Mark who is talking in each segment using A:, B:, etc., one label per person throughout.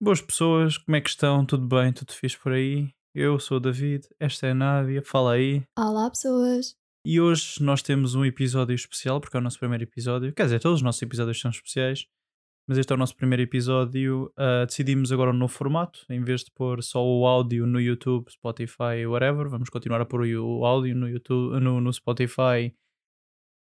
A: Boas pessoas, como é que estão? Tudo bem? Tudo fixe por aí? Eu sou o David, esta é a Nádia, fala aí.
B: Olá, pessoas!
A: E hoje nós temos um episódio especial, porque é o nosso primeiro episódio. Quer dizer, todos os nossos episódios são especiais, mas este é o nosso primeiro episódio. Ah, decidimos agora um novo formato, em vez de pôr só o áudio no YouTube, Spotify, whatever, vamos continuar a pôr o áudio no YouTube, no, no Spotify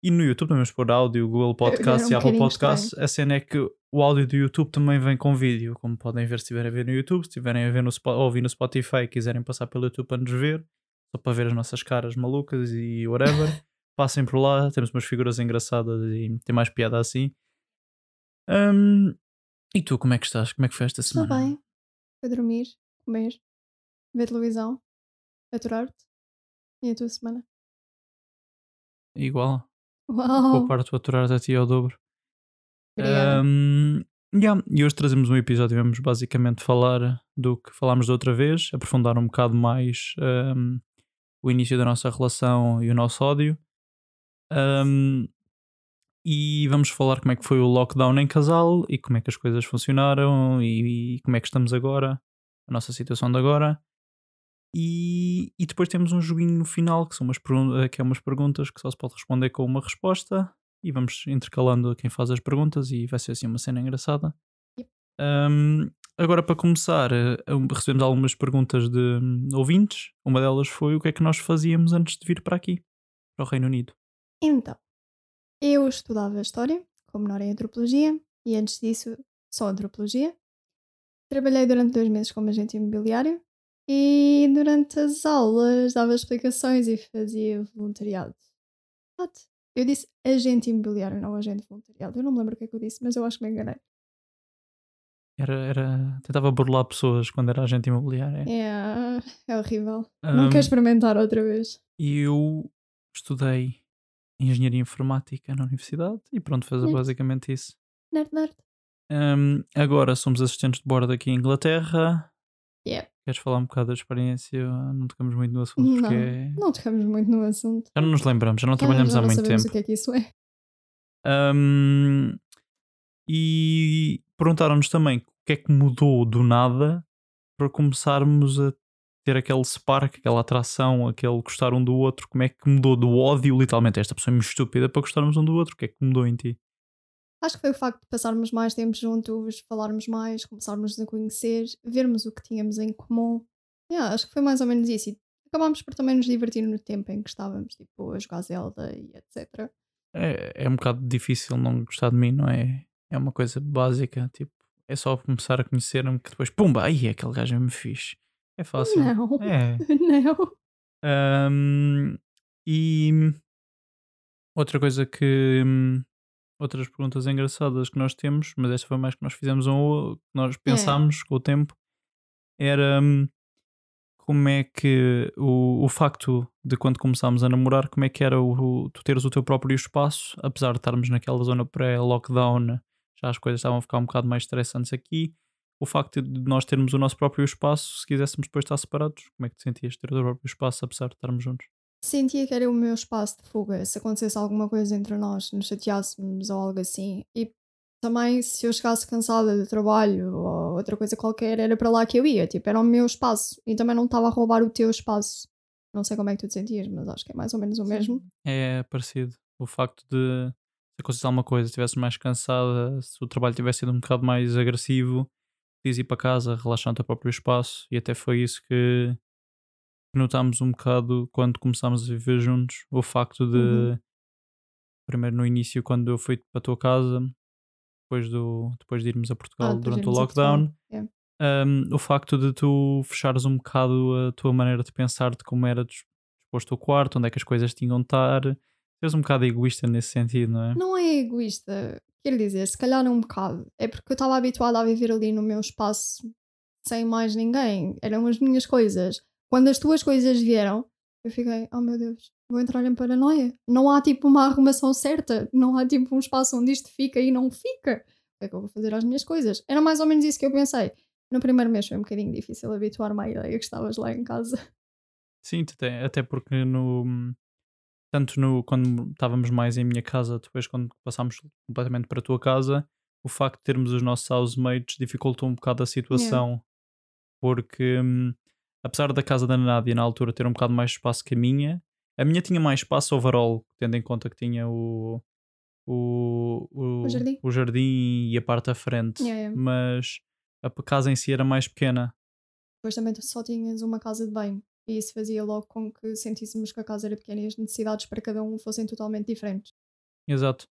A: e no YouTube também vamos pôr áudio, Google Podcast
B: era um
A: e Apple
B: bocadinho
A: Podcast. A cena é que o áudio do YouTube também vem com vídeo, como podem ver se estiverem a ver no YouTube, se estiverem a ver no, Spo- a ouvir no Spotify e quiserem passar pelo YouTube para nos ver, só para ver as nossas caras malucas e whatever. Passem por lá, temos umas figuras engraçadas e tem mais piada assim. Ahm, e tu, como é que estás? Como é que foi esta
B: Estou
A: semana?
B: bem? Foi dormir, comer, ver televisão, aturar-te e a tua semana.
A: Igual.
B: Uau!
A: Vou parar de aturar a ti ao dobro.
B: Obrigada.
A: Um, yeah, E hoje trazemos um episódio, vamos basicamente falar do que falámos da outra vez, aprofundar um bocado mais um, o início da nossa relação e o nosso ódio. Um, e vamos falar como é que foi o lockdown em casal e como é que as coisas funcionaram e, e como é que estamos agora, a nossa situação de agora. E, e depois temos um joguinho no final que são umas, pergun- eh, que é umas perguntas que só se pode responder com uma resposta e vamos intercalando quem faz as perguntas e vai ser assim uma cena engraçada.
B: Yep.
A: Ahm, agora, para começar, eh, um, recebemos algumas perguntas de hum, ouvintes. Uma delas foi o que é que nós fazíamos antes de vir para aqui, para o Reino Unido.
B: Então, eu estudava História, com menor em Antropologia, e antes disso, só Antropologia. Trabalhei durante dois meses como agente imobiliário e durante as aulas dava explicações e fazia voluntariado. What? Eu disse agente imobiliário, não agente voluntariado. Eu não me lembro o que é que eu disse, mas eu acho que me enganei.
A: Era, era- tentava burlar pessoas quando era agente imobiliário.
B: É, é horrível.
A: Ahm,
B: Não quero experimentar outra vez.
A: E eu estudei engenharia informática na universidade e pronto, fez
B: Nerd.
A: basicamente isso.
B: Nerd, nerd.
A: Ahm, agora somos assistentes de bordo aqui em Inglaterra.
B: Yep.
A: Queres falar um bocado da experiência? Não tocamos muito no assunto porque é-
B: Não tocamos muito no assunto.
A: já não nos lembramos, já não trabalhamos
B: já
A: há
B: não
A: muito
B: sabemos
A: tempo.
B: o que é que isso é.
A: Ahm, e perguntaram-nos também o que é que mudou do nada para começarmos a ter aquele spark, aquela atração, aquele gostar um do outro. Como é que mudou do ódio, literalmente, esta pessoa é muito estúpida para gostarmos um do outro? O que é que mudou em ti?
B: Acho que foi o facto de passarmos mais tempo juntos, falarmos mais, começarmos a conhecer, vermos o que tínhamos em comum. Yeah, acho que foi mais ou menos isso. E acabámos por também nos divertir no tempo em que estávamos, tipo, a jogar Zelda e etc.
A: É, é um bocado difícil não gostar de mim, não é? É uma coisa básica, tipo, é só começar a conhecer-me que depois, pumba, aí aquele gajo é me fixe. É fácil.
B: Não.
A: É.
B: Não.
A: Ahm, e outra coisa que. hum, Outras perguntas engraçadas que nós temos, mas esta foi mais que nós fizemos, um ou que nós pensámos com o tempo, era hum, como é que o, o facto de quando começámos a namorar, como é que era o, o- tu teres o teu próprio espaço, apesar de estarmos naquela zona pré-lockdown, já as coisas estavam a ficar um bocado mais estressantes aqui. O facto de nós termos o nosso próprio espaço, se quiséssemos depois estar separados, como é que te sentias de ter o teu próprio espaço, apesar de estarmos juntos?
B: Sentia que era o meu espaço de fuga. Se acontecesse alguma coisa entre nós, nos chateássemos ou algo assim. E também, se eu chegasse cansada do trabalho ou outra coisa qualquer, era para lá que eu ia. Tipo, era o meu espaço. E também não estava a roubar o teu espaço. Não sei como é que tu te sentias, mas acho que é mais ou menos o mesmo.
A: É parecido. O facto de se acontecesse alguma coisa, estivesses mais cansada, se o trabalho tivesse sido um bocado mais agressivo, podias ir para casa, relaxar no teu próprio espaço. E até foi isso que notámos um bocado quando começámos a viver juntos. O facto de,
B: Uhum.
A: primeiro no início, quando eu fui para a tua casa, depois, do, depois de irmos a Portugal
B: Ah, depois
A: durante o
B: irmos a Portugal,
A: lockdown.
B: é.
A: um, o facto de tu fechares um bocado a tua maneira de pensar de como era dis- disposto o quarto, onde é que as coisas tinham de estar. Seres um bocado egoísta nesse sentido, não é?
B: Não é egoísta, quer dizer, se calhar um bocado. É porque eu estava habituada a viver ali no meu espaço sem mais ninguém. Eram as minhas coisas. Quando as tuas coisas vieram, eu fiquei, oh meu Deus, vou entrar em paranoia. Não há tipo uma arrumação certa, não há tipo um espaço onde isto fica e não fica. O que é que eu vou fazer às minhas coisas? Era mais ou menos isso que eu pensei. No primeiro mês foi um bocadinho difícil habituar-me à ideia que estavas lá em casa.
A: Sim, até, até porque no. Tanto no, quando estávamos mais em minha casa, depois quando passámos completamente para a tua casa, o facto de termos os nossos housemates dificultou um bocado a situação, porque hum, apesar da casa da Nádia na altura ter um bocado mais espaço que a minha, a minha tinha mais espaço overall, tendo em conta que tinha o. O, o,
B: O jardim.
A: jardim e a parte à frente,
B: Yeah, yeah.
A: mas a p- casa em si era mais pequena.
B: Depois também tu só tinhas uma casa de banho. E isso fazia logo com que sentíssemos que a casa era pequena e as necessidades para cada um fossem totalmente diferentes.
A: Exato.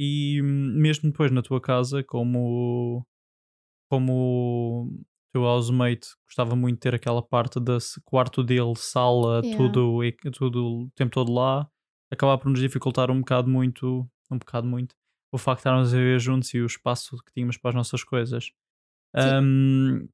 A: E hum, mesmo depois na tua casa, como como o teu housemate gostava muito de ter aquela parte do quarto dele, sala,
B: Yeah.
A: tudo, e- tudo o tempo todo lá, acabava por nos dificultar um bocado muito, um bocado muito, o facto de estarmos a viver juntos e o espaço que tínhamos para as nossas coisas. Hum,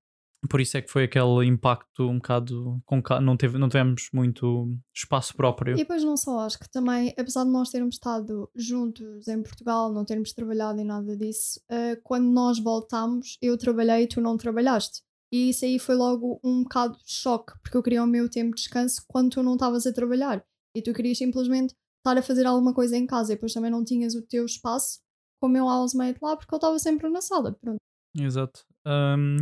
A: por isso é que foi aquele impacto um bocado com ca- não teve não tivemos muito espaço próprio
B: E depois não só, acho que também, apesar de nós termos estado juntos em Portugal, não termos trabalhado em nada disso, eh, quando nós voltámos, eu trabalhei e tu não trabalhaste. E isso aí foi logo um bocado de choque, porque eu queria o meu tempo de descanso quando tu não estavas a trabalhar. E tu querias simplesmente estar a fazer alguma coisa em casa e depois também não tinhas o teu espaço com o meu housemate lá, porque eu estava sempre na sala. Pronto.
A: Exato. Ahm,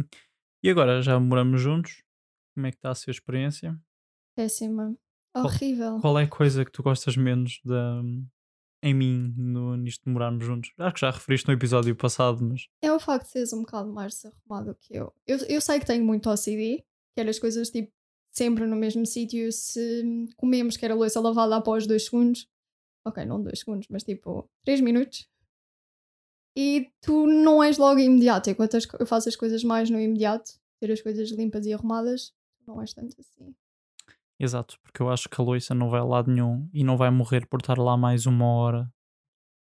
A: e agora já moramos juntos. Como é que está a sua experiência?
B: Péssima. Horrível.
A: Qual é a coisa que tu gostas menos da, em mim no, nisto de morarmos juntos? Acho que já referiste no episódio passado, mas
B: É o facto de seres um bocado mais desarrumado que eu. eu. Eu sei que tenho muito OCD, quero as coisas tipo sempre no mesmo sítio. Se comemos, quero a louça lavada após dois segundos. Ok, não dois segundos, mas tipo três minutos. E tu não és logo imediato. Enquanto as co- eu faço as coisas mais no imediato, ter as coisas limpas e arrumadas, não és tanto assim.
A: exato, porque eu acho que a Loiça não vai a lado nenhum e não vai morrer por estar lá mais uma hora.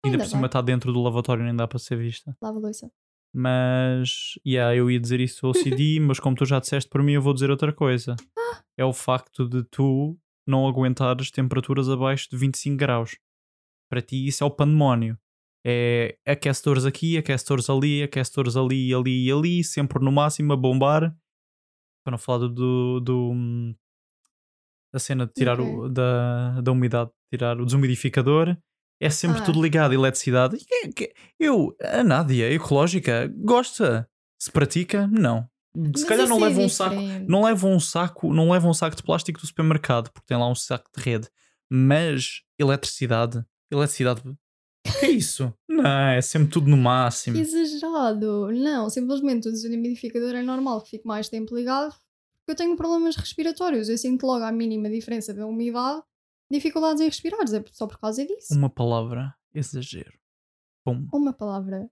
A: Ainda
B: Ainda
A: por cima
B: bem.
A: está dentro do lavatório, nem dá para ser vista.
B: Lava a louça.
A: Mas, yeah, eu ia dizer isso ao CD, mas como tu já disseste por mim, eu vou dizer outra coisa. É o facto de tu não aguentares temperaturas abaixo de 25 graus. Para ti isso é o pandemónio. É aquecedores aqui, aquecedores ali, aquecedores ali, ali e ali, sempre no máximo a bombar. Para não falar do... do, do- da cena de tirar o,
B: Ok.
A: da, da umidade, tirar o desumidificador. É sempre
B: Ah.
A: tudo ligado, eletricidade. E quem- quem- Eu, a Nádia, ecológica, gosta. Se pratica, não. Se
B: Mas
A: calhar não
B: isso é
A: leva um saco.
B: diferente.
A: Não leva um saco, não leva um saco de plástico do supermercado, porque tem lá um saco de rede. Mas eletricidade, eletricidade. Que é isso? não, é sempre tudo no máximo.
B: Exagerado! Não, simplesmente o desumidificador é normal que fique mais tempo ligado porque eu tenho problemas respiratórios. Eu sinto logo a mínima diferença da umidade, dificuldades em respirar, é só por causa disso.
A: Uma palavra, exagero. Pum.
B: Uma palavra,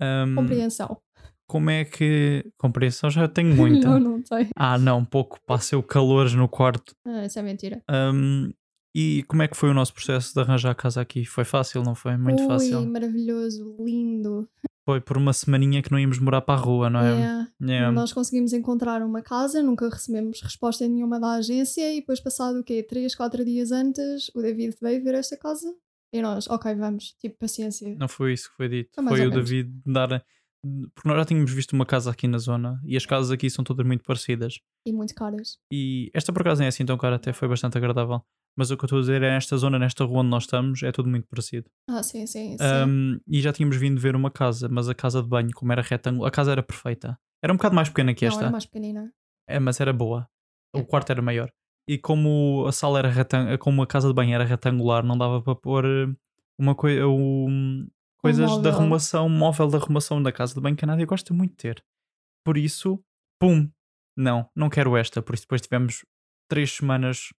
A: Ahm,
B: compreensão.
A: como é que. Compreensão já tenho muita.
B: Não, não tem.
A: Ah, não, pouco. Passei o calor no quarto.
B: Ah, isso é mentira.
A: Um, e como é que foi o nosso processo de arranjar a casa aqui? Foi fácil, não foi? Muito
B: Ui,
A: fácil.
B: maravilhoso, lindo.
A: Foi por uma semaninha que não íamos morar para a rua, não é?
B: É.
A: Yeah.
B: Nós conseguimos encontrar uma casa, nunca recebemos resposta nenhuma da agência e depois passado o quê? 3, 4 dias antes, o David veio ver esta casa e nós, ok, vamos, tipo, paciência.
A: Não foi isso que foi dito.
B: Foi mais
A: foi
B: ou
A: o
B: menos.
A: David dar. Porque nós já tínhamos visto uma casa aqui na zona e as casas aqui são todas muito parecidas.
B: E muito caras.
A: E esta por acaso nem é assim tão cara, até foi bastante agradável. Mas o que eu estou a dizer é esta zona, nesta rua onde nós estamos, é tudo muito parecido.
B: Ah, sim, sim, sim.
A: Um, e já tínhamos vindo ver uma casa, mas a casa de banho, como era retângulo, a casa era perfeita. Era um bocado mais pequena que
B: não,
A: esta.
B: era mais pequenina.
A: É, mas era boa. O
B: É.
A: quarto era maior. E como a sala era retangular, como a casa de banho era retangular, não dava para pôr eh, uma coisa. Um, coisas de
B: móvel.
A: arrumação, móvel de arrumação da casa de banho que a Nádia gosta muito de ter. Por isso, pum, não, não quero esta. Por isso depois tivemos três semanas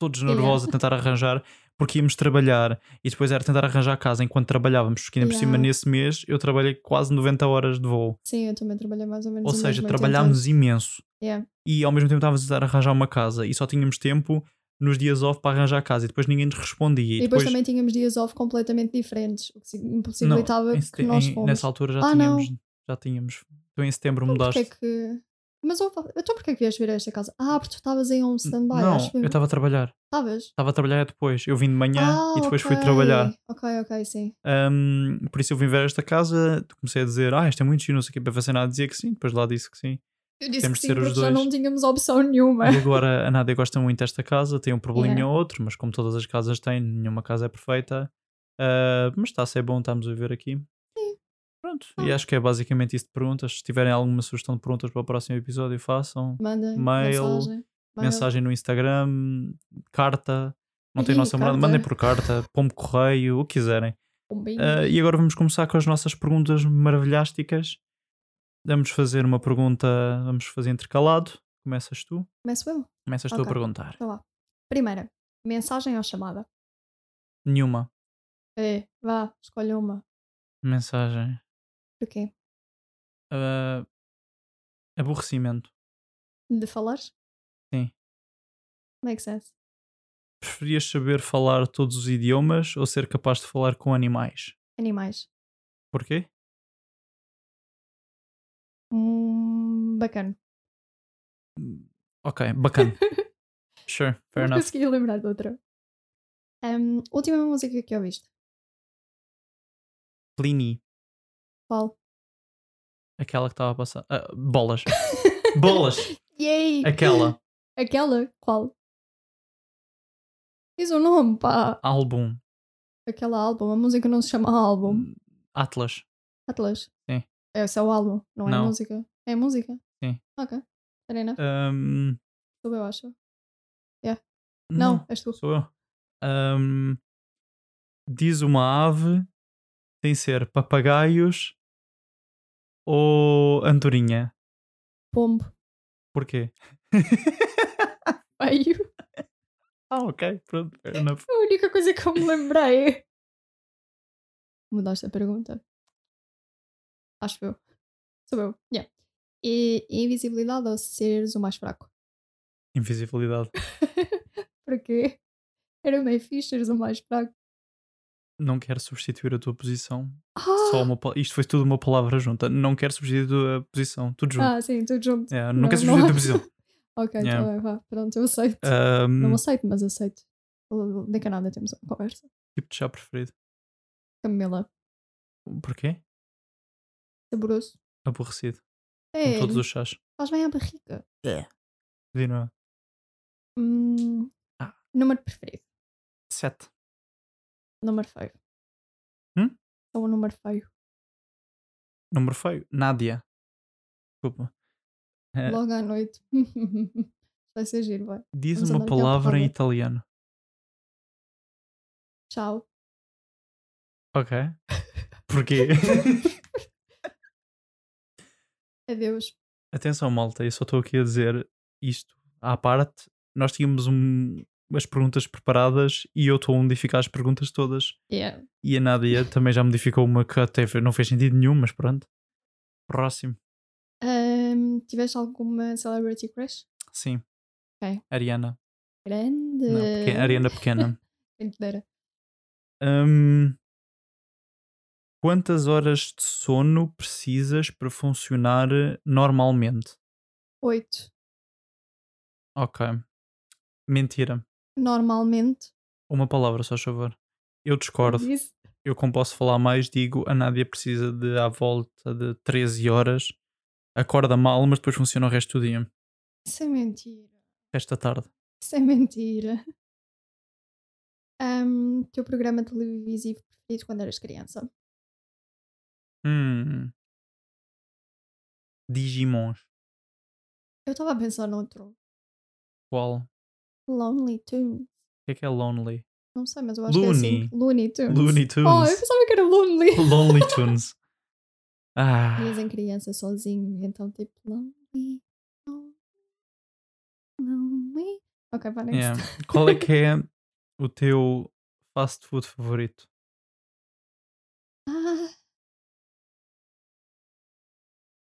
A: todos
B: Yeah.
A: nervosos a tentar arranjar, porque íamos trabalhar e depois era tentar arranjar a casa enquanto trabalhávamos, porque ainda por cima
B: Yeah.
A: nesse mês eu trabalhei quase 90 horas de voo.
B: Sim, eu também trabalhei mais ou menos.
A: Ou
B: o
A: seja,
B: mesmo então,
A: trabalhámos imenso
B: 80. Yeah.
A: e ao mesmo tempo estávamos a tentar arranjar uma casa e só tínhamos tempo nos dias off para arranjar a casa e depois ninguém nos respondia.
B: E depois também tínhamos dias off completamente diferentes, o que se-
A: Não,
B: impossibilitava
A: em
B: que
A: sete-
B: nós
A: em-
B: fomos.
A: nessa altura já
B: Ah, não.
A: tínhamos. Já tínhamos. Tu em setembro
B: Então,
A: mudaste.
B: porquê que... Mas houve... então porquê que vieste ver esta casa? Ah, porque tu estavas em um stand-by,
A: não,
B: acho
A: eu estava a trabalhar.
B: Estavas?
A: Estava a trabalhar depois. Eu vim de manhã
B: Ah,
A: e depois fui
B: ok.
A: trabalhar.
B: Ok, ok, sim.
A: Ahm, por isso eu vim ver esta casa. Comecei a dizer, ah, isto é muito giro, não sei o que. Para fazer nada, dizia que sim. Depois lá disse que sim.
B: Eu disse
A: Temos de
B: que sim,
A: ser os
B: porque já
A: dois.
B: não tínhamos opção nenhuma.
A: E agora a Nádia gosta muito desta casa, tem um probleminha
B: Yeah.
A: ou outro, mas como todas as casas têm, nenhuma casa é perfeita. Ah, mas está a ser bom, estamos a viver aqui. Sim. Pronto, e acho que é basicamente isso de perguntas. Se tiverem alguma sugestão de perguntas para o próximo episódio, façam.
B: Mandem
A: Mail,
B: mensagem. Mail.
A: Mensagem no Instagram, carta. Não tem
B: Ih,
A: nossa morada,
B: carta.
A: mandem por carta, pombo correio, o que quiserem.
B: Um beijinho.
A: Ah, e agora vamos começar com as nossas perguntas maravilhásticas. Vamos fazer uma pergunta, vamos fazer intercalado. Começas tu?
B: Começo eu.
A: Começas tu a
B: Ok.
A: perguntar.
B: Vá lá. Primeira, mensagem ou chamada?
A: Nenhuma
B: É, vá, escolha uma.
A: mensagem.
B: Porquê?
A: Ah, aborrecimento.
B: De falar? é
A: Sim.
B: Makes sense.
A: Preferias saber falar todos os idiomas ou ser capaz de falar com animais?
B: Animais.
A: Porquê?
B: Hum, bacana.
A: Ok, bacana. sure, fair
B: Não
A: enough.
B: consegui lembrar de outra. Hum, última música que ouviste.
A: Pliny,
B: Qual?
A: aquela que estava a passar. Ah, bolas. bolas!
B: Yay!
A: Aquela.
B: Aquela? Qual? Diz o nome, pá.
A: Álbum.
B: Aquela álbum. A música não se chama álbum.
A: Atlas.
B: Atlas.
A: Hum. Sim.
B: É só o álbum, não, é
A: Não.
B: música. É música?
A: Sim.
B: Ok. Serena,
A: Ahm,
B: sou eu, acho. Não, és tu.
A: Sou eu. Ahm, diz uma ave, tem que ser papagaios ou andorinha.
B: Pombo.
A: Porquê?
B: Feio.
A: Ah, ok, pronto, fair enough.
B: É A única coisa que eu me lembrei. Mudaste a pergunta. Acho eu. Sou eu. Yeah. E invisibilidade ou seres o mais fraco?
A: Invisibilidade.
B: Porque era meio fixe seres o mais fraco.
A: Não quero substituir a tua posição.
B: Ah!
A: Só uma, pa- isto foi tudo uma palavra junta. Não quero substituir a tua posição. Tudo junto.
B: ah, sim, tudo junto.
A: É, não,
B: não,
A: quero substituir a
B: não.
A: tua posição.
B: Ok,
A: Yeah.
B: tá bem, vá. Pronto, eu aceito.
A: Ahm,
B: Não aceito, mas aceito. Daqui a nada temos uma conversa.
A: tipo de chá preferido.
B: Camila,
A: Porquê?
B: saboroso.
A: Aborrecido.
B: É,
A: Com todos os chás.
B: faz bem à barriga.
A: Continua.
B: Hum,
A: Ah.
B: Número preferido.
A: Sete.
B: Número feio.
A: Hum?
B: Ou o número feio.
A: Número feio. Nádia. Desculpa. É.
B: Logo à noite. Vai ser giro, vai.
A: Diz
B: Vamos
A: uma
B: andar aqui à
A: palavra em
B: porrada.
A: italiano.
B: Tchau.
A: Ok. Porquê?
B: Adeus.
A: Atenção, malta, eu só estou aqui a dizer isto à parte. Nós tínhamos um- as perguntas preparadas e eu estou a modificar as perguntas todas.
B: Yeah.
A: E a Nádia também já modificou uma que até fe- não fez sentido nenhum, mas pronto. Próximo.
B: Ahm, tiveste alguma celebrity crush?
A: Sim.
B: Ok. Eh,
A: Ariana.
B: Grande.
A: Não, pequena- Ariana pequena.
B: Brincadeira.
A: Hum, quantas horas de sono precisas para funcionar normalmente?
B: Oito.
A: Ok. Mentira.
B: Normalmente.
A: Uma palavra, só favor. Eu discordo.
B: Isso.
A: Eu, como posso falar mais, digo: a Nádia precisa de à volta de 13 horas. Acorda mal, mas depois funciona o resto do dia.
B: Isso é mentira.
A: Esta tarde.
B: Isso é mentira. Ahm, teu programa televisivo preferido quando eras criança?
A: Hum. Digimons.
B: Eu estava a pensar noutro.
A: Qual? O
B: Lonely Tunes.
A: que é que é Lonely?
B: Não sei, mas eu acho que é
A: Looney.
B: assim. Looney Tunes.
A: Looney
B: Oh, eu
A: Tunes.
B: pensava que era Lonely.
A: Lonely Tunes. Ah.
B: Dizem criança sozinho, então tipo lonely, lonely, lonely. Ok, para next.
A: Yeah. Qual é que é o teu fast food favorito?
B: Ah.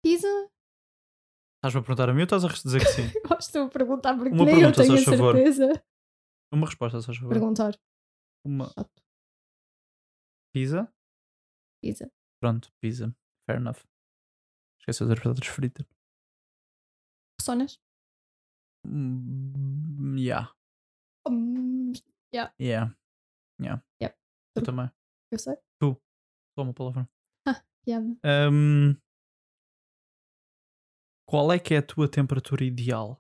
B: Pizza?
A: Estás-me a perguntar a mim ou estás a dizer que sim?
B: Eu estou a perguntar porque
A: Uma
B: nem
A: pergunta,
B: eu tenho
A: se
B: a
A: faz favor.
B: certeza.
A: Uma resposta, se faz favor.
B: Perguntar.
A: Uma
B: Chato.
A: pizza?
B: Pizza.
A: Pronto, pizza. Fair enough. Esqueci as batatas fritas.
B: Personas?
A: Hum, Yeah,
B: Hum,
A: yeah, yeah.
B: Yep.
A: Eu também.
B: eu sei.
A: Só uma palavra.
B: Piada.
A: Hum, qual é que é a tua temperatura ideal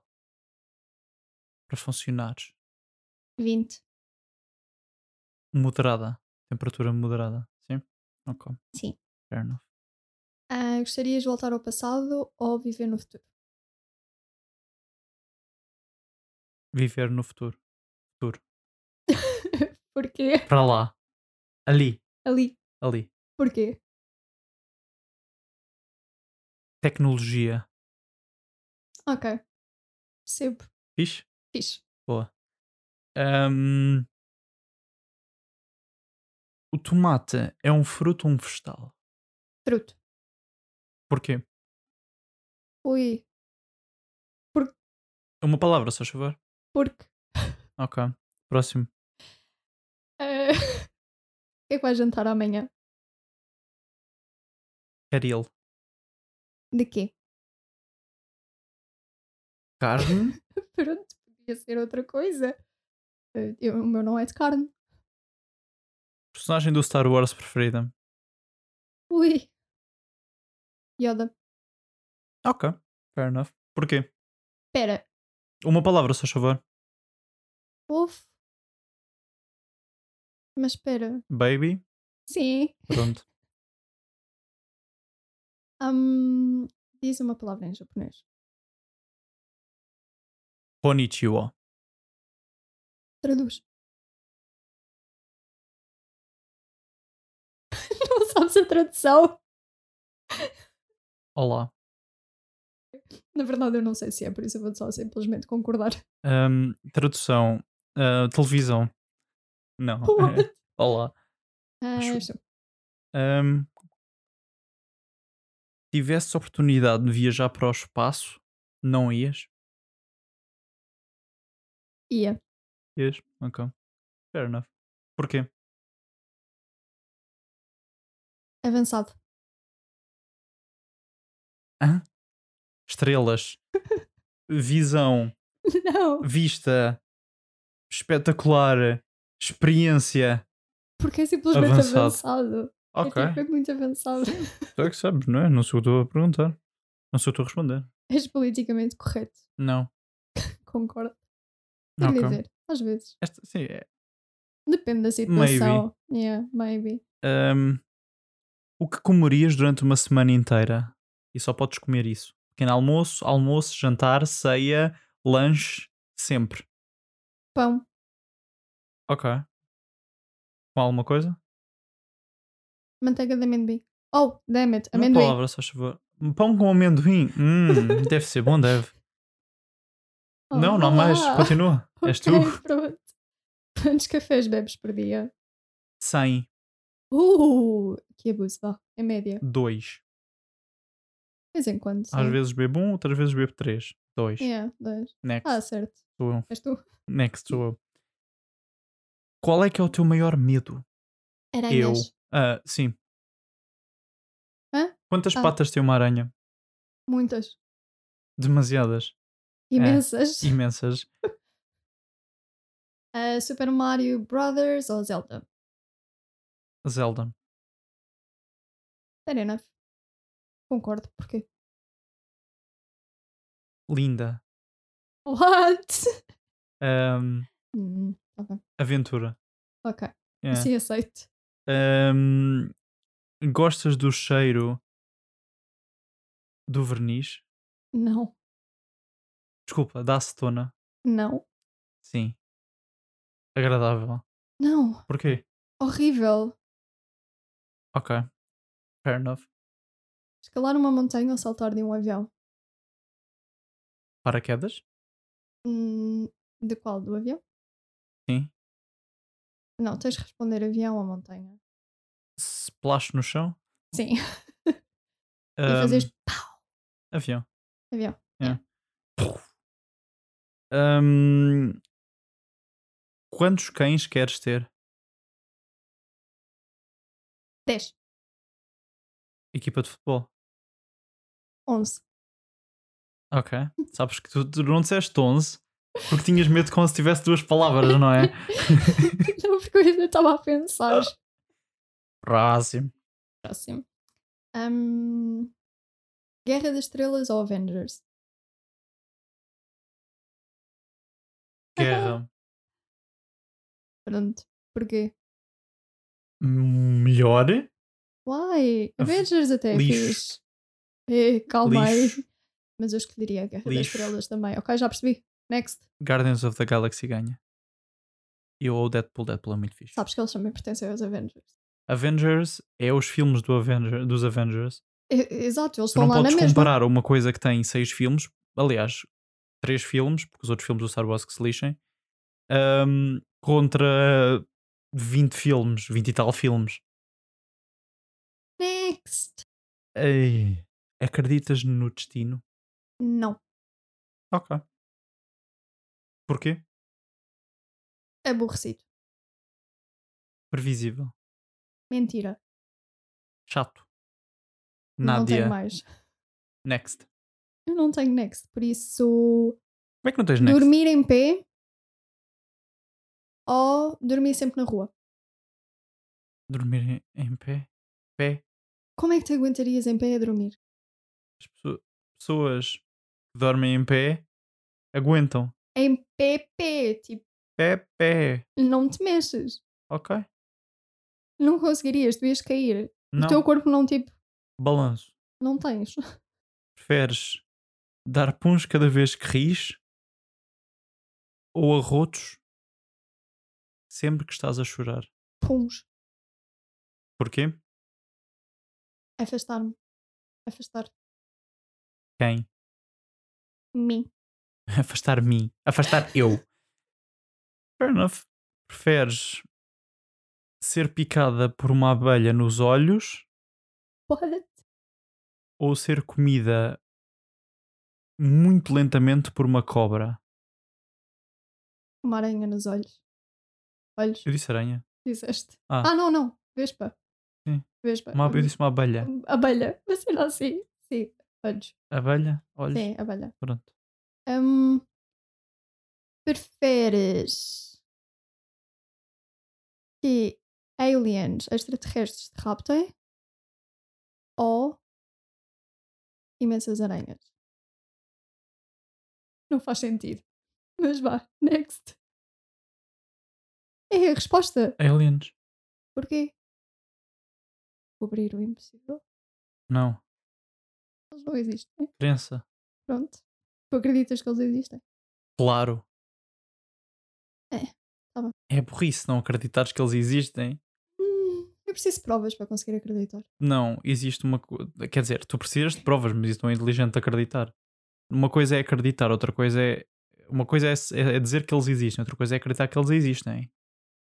A: para funcionares?
B: 20.
A: Moderada. Temperatura moderada. Sim? Ok.
B: Sim.
A: Fair enough.
B: Ah, gostarias de voltar ao passado ou viver no futuro?
A: Viver no futuro. Futuro.
B: Porquê?
A: Para lá. Ali.
B: Ali.
A: Ali.
B: Porquê?
A: Tecnologia.
B: Ok. Percebo.
A: Fixe?
B: Fixe.
A: Boa. Ahm, O tomate é um fruto ou um vegetal?
B: Fruto.
A: Porquê?
B: Ui.
A: É uma palavra, se a chover.
B: Porque.
A: Ok. Próximo.
B: ah, O que é que vais jantar amanhã?
A: Quer ele.
B: De quê?
A: Carne?
B: Pronto, podia ser outra coisa. Ah, eu- o meu não é de carne.
A: Personagem do Star Wars preferida?
B: Ui. Yoda.
A: Ok. Fair enough. Porquê?
B: Pera.
A: Uma palavra, se a chover.
B: Ovo. Mas espera.
A: Baby?
B: Sim.
A: Pronto.
B: Hum, diz uma palavra em japonês.
A: Konnichiwa.
B: Traduz. Não sabes a tradução?
A: Olá.
B: Na verdade, eu não sei se é, por isso eu vou só simplesmente concordar.
A: Ahm, Hum, tradução. Ah, televisão. Não.
B: What?
A: Olá.
B: Ah,
A: Acho-
B: isto-
A: Ahm, tivesse oportunidade de viajar para o espaço, não ias?
B: Ah, Ia.
A: Ias? Ok. Fair enough. Porquê?
B: Avançado.
A: Estrelas. Visão.
B: Não.
A: Vista. Espetacular. Experiência.
B: Porque é simplesmente
A: Avançado.
B: avançado.
A: Ok.
B: É tipo, é muito avançado.
A: Tu é que sabes, não é? Não sou eu que estou a perguntar. Não sou eu que estou a responder.
B: És politicamente correto.
A: Não.
B: Concordo. Quer
A: Ok.
B: dizer, às vezes.
A: Esta, sim, é-
B: Depende da situação. Yeah, maybe.
A: Ahm, hum, o que comerias durante uma semana inteira? E só podes comer isso. Pequeno almoço, almoço, jantar, ceia, lanche, sempre.
B: Pão.
A: Ok. Com alguma coisa?
B: Manteiga de amendoim. Oh, damn it.
A: Uma
B: Amendoim.
A: palavra, se faz favor. Um pão com amendoim? Hum, deve ser bom, deve.
B: Oh,
A: não, não
B: vá
A: mais.
B: lá.
A: Continua. És tu.
B: Ok, pronto. Quantos cafés bebes por dia?
A: 100,
B: Uh, que abuso, vá. Em média. De
A: 2.
B: vez em quando.
A: Às
B: sim. É.
A: vezes bebo um, outras vezes bebo três. Dois.
B: Yeah, dois.
A: Next.
B: Ah, certo.
A: Sou eu.
B: És tu?
A: Next sou eu. Qual é que é o teu maior medo?
B: Aranhas.
A: Ah, sim.
B: Hã?
A: Quantas
B: Ah.
A: patas tem uma aranha?
B: Muitas.
A: Demasiadas. É.
B: Imensas.
A: Imensas.
B: Ah, Super Mario Brothers ou Zelda?
A: Zelda.
B: Fair enough. Concordo, porque.
A: Linda.
B: What?
A: Ahm,
B: Hum, ok.
A: aventura.
B: Ok.
A: É.
B: Assim aceito.
A: Ahm, gostas do cheiro do verniz?
B: Não.
A: Desculpa, da acetona.
B: Não.
A: Sim. Agradável.
B: Não.
A: Porquê?
B: Horrível.
A: Ok. Fair enough.
B: Escalar uma montanha ou saltar de um avião?
A: Paraquedas?
B: Hum, de qual? Do avião?
A: Sim.
B: Não, tens de responder avião ou montanha.
A: Splash no chão?
B: Sim. e fazeres
A: Ahm, Avião.
B: avião.
A: Hum, quantos cães queres ter?
B: 10,
A: Equipa de futebol.
B: 11.
A: Ok. Sabes que tu, tu não disseste 11 porque tinhas medo como se tivesse duas palavras, não é?
B: Não, porque eu ainda estava a pensar.
A: Próximo.
B: Próximo. Ahm, Guerra das Estrelas ou Avengers?
A: Guerra.
B: Pronto. Porquê?
A: Melhor?
B: Why?
A: Av-
B: Avengers até é
A: Lixo.
B: fixe. Eh, calma aí.
A: Lixo.
B: Mas eu escolheria a Guerra das
A: Lixo.
B: Estrelas também. Ok, já percebi. Next.
A: Guardians of the Galaxy ganha. E o Deadpool, Deadpool é muito fixe.
B: Sabes que eles também pertencem aos Avengers.
A: Avengers é os filmes do Avenger, dos Avengers.
B: E- Exato, eles
A: Tu
B: estão
A: não
B: lá na
A: podes
B: mesma.
A: comparar uma coisa que tem seis filmes, aliás, três filmes, porque os outros filmes do Star Wars que se lixem, ahm, contra 20 filmes, 20 e tal filmes.
B: Next.
A: Ei, acreditas no destino?
B: Não.
A: Ok. Porquê?
B: Aborrecido.
A: Previsível.
B: Mentira.
A: Chato.
B: Não tenho
A: Nádia.
B: mais.
A: Next.
B: Eu não tenho next. Por isso,
A: Como é que não tens next?
B: dormir em pé ou dormir sempre na rua.
A: Dormir em, em pé? Pé?
B: Como é que te aguentarias em pé a dormir?
A: As pesso- pessoas que dormem em pé aguentam.
B: Em pé, pé. Tipo,
A: Pé, pé.
B: não te mexes.
A: Ok.
B: Não conseguirias. Tu ias cair.
A: Não.
B: O teu corpo não, tipo,
A: Balanço.
B: não tens.
A: Preferes dar puns cada vez que ris ou arrotos sempre que estás a chorar?
B: Puns.
A: Porquê?
B: Afastar-me. Afastar.
A: Quem?
B: Mim.
A: Afastar mim. Afastar eu. Fair enough. Preferes ser picada por uma abelha nos olhos
B: What?
A: ou ser comida muito lentamente por uma cobra?
B: Uma aranha nos olhos. Olhos,
A: Eu disse aranha.
B: disseste.
A: Ah.
B: Ah, não, não. Vespa.
A: Sim.
B: Vespa.
A: Uma, eu disse uma
B: Hum.
A: abelha.
B: Abelha. Mas era assim. Sim. Olhos.
A: Abelha? Olhos?
B: Sim, abelha.
A: Pronto.
B: Hum, preferes que aliens extraterrestres te raptem ou imensas aranhas? Não faz sentido. Mas vá, next. É a resposta.
A: Aliens?
B: Porquê? Cobrir o impossível.
A: Não.
B: Eles não existem.
A: Crença?
B: Pronto. Tu acreditas que eles existem?
A: Claro.
B: É, tá bom.
A: É burrice não acreditares que eles existem.
B: Hum, eu preciso de provas para conseguir acreditar.
A: Não, existe uma coisa. Quer dizer, tu precisas de provas, mas isso não é inteligente acreditar. Uma coisa é acreditar, outra coisa é. Uma coisa é, é dizer que eles existem, outra coisa é acreditar que eles existem.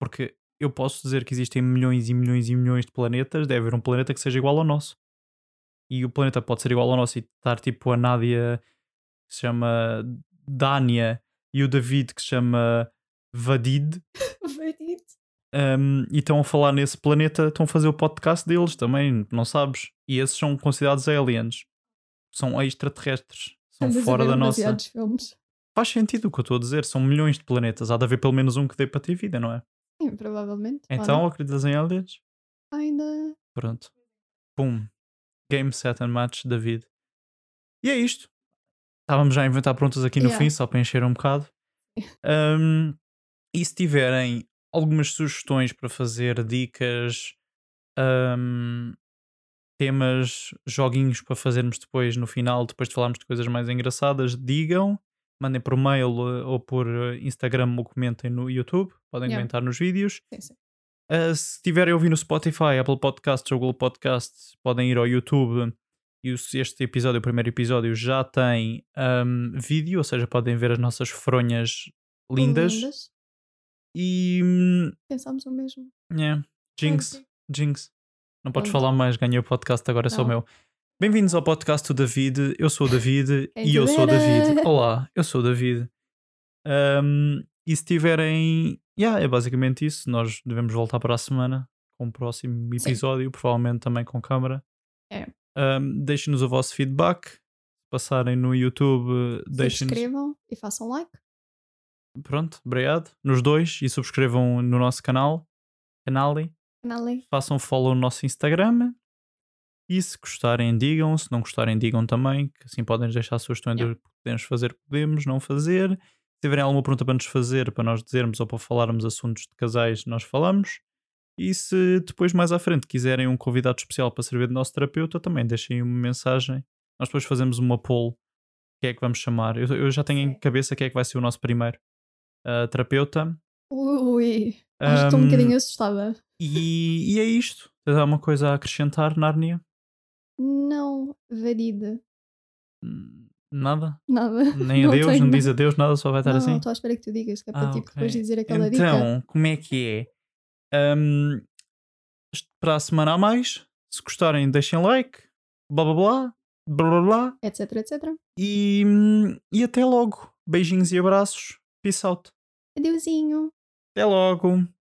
A: Porque eu posso dizer que existem milhões e milhões e milhões de planetas, deve haver um planeta que seja igual ao nosso. E o planeta pode ser igual ao nosso e estar tipo a Nádia que se chama Dania e o David que se chama Vadid.
B: Verdade.
A: Um, e estão a falar nesse planeta, estão a fazer o podcast deles também, não sabes? E esses são considerados aliens, são extraterrestres, são
B: Andas a
A: fora
B: ver
A: da nossa.
B: demasiados filmes.
A: Faz sentido o que eu estou a dizer, são milhões de planetas, há de haver pelo menos um que dê para ter vida, não é?
B: Sim, provavelmente. Olha,
A: Então acreditas em aliens?
B: Ainda.
A: Pronto. Pum. Game set and match, David. E é isto. Estávamos já a inventar perguntas aqui no
B: Yeah.
A: fim, só para encher um bocado. Um, e se tiverem algumas sugestões para fazer, dicas, um, temas, joguinhos para fazermos depois no final, depois de falarmos de coisas mais engraçadas, digam, mandem por mail eh, ou por eh, Instagram ou comentem no YouTube, podem
B: Yeah.
A: comentar nos vídeos.
B: Sim, sim.
A: Uh, se estiverem a ouvir no Spotify, Apple Podcasts ou Google Podcasts, podem ir ao YouTube. E o- este episódio, o primeiro episódio, já tem um, vídeo, ou seja, podem ver as nossas fronhas lindas. E. hum,
B: Pensámos o mesmo.
A: é, Jinx, Jinx. Não podes
B: Pronto.
A: falar mais, ganhei o podcast, agora é só
B: Não.
A: meu. Bem-vindos ao podcast do David. Eu sou o David
B: Quem
A: e eu sou o
B: dera.
A: David. Olá, eu sou o David. Um, e se tiverem. Yeah, é basicamente isso. Nós devemos voltar para a semana com o próximo
B: Sim.
A: episódio, provavelmente também com câmara.
B: É.
A: Um, deixem-nos o vosso feedback. Se passarem no YouTube, deixem-nos.
B: Subscrevam e façam like.
A: Pronto, obrigado. Nos dois e subscrevam no nosso canal. Canali
B: Canalem.
A: façam follow no nosso Instagram. E se gostarem, digam. Se não gostarem, digam também. Que assim podem nos deixar sugestões
B: Yeah.
A: do que podemos fazer, podemos não fazer. Se tiverem alguma pergunta para nos fazer, para nós dizermos ou para falarmos assuntos de casais, nós falamos. E se depois, mais à frente, quiserem um convidado especial para servir de nosso terapeuta, também deixem uma mensagem Nós depois fazemos uma poll. Quem é que vamos chamar? Eu, eu já tenho em
B: Sim.
A: cabeça quem é que vai ser o nosso primeiro ah, terapeuta.
B: Ui, acho que estou um
A: Ahm,
B: bocadinho assustada.
A: E, e é isto. Tens alguma coisa a acrescentar, Nárnia?
B: Não varide,
A: Hum, Nada?
B: nada.
A: Nem
B: Não
A: adeus,
B: tenho
A: não diz adeus, nada, só vai estar
B: não,
A: assim?
B: estou à espera que tu digas, que é para
A: Ah,
B: tipo,
A: ok.
B: depois dizer aquela dica.
A: Então, como é que é? Hum, isto para a semana a mais, se gostarem, deixem like, blá blá blá, blá blá blá,
B: Etc, etc.
A: e, hum, e até logo. Beijinhos e abraços. Peace out.
B: Adeusinho.
A: Até logo.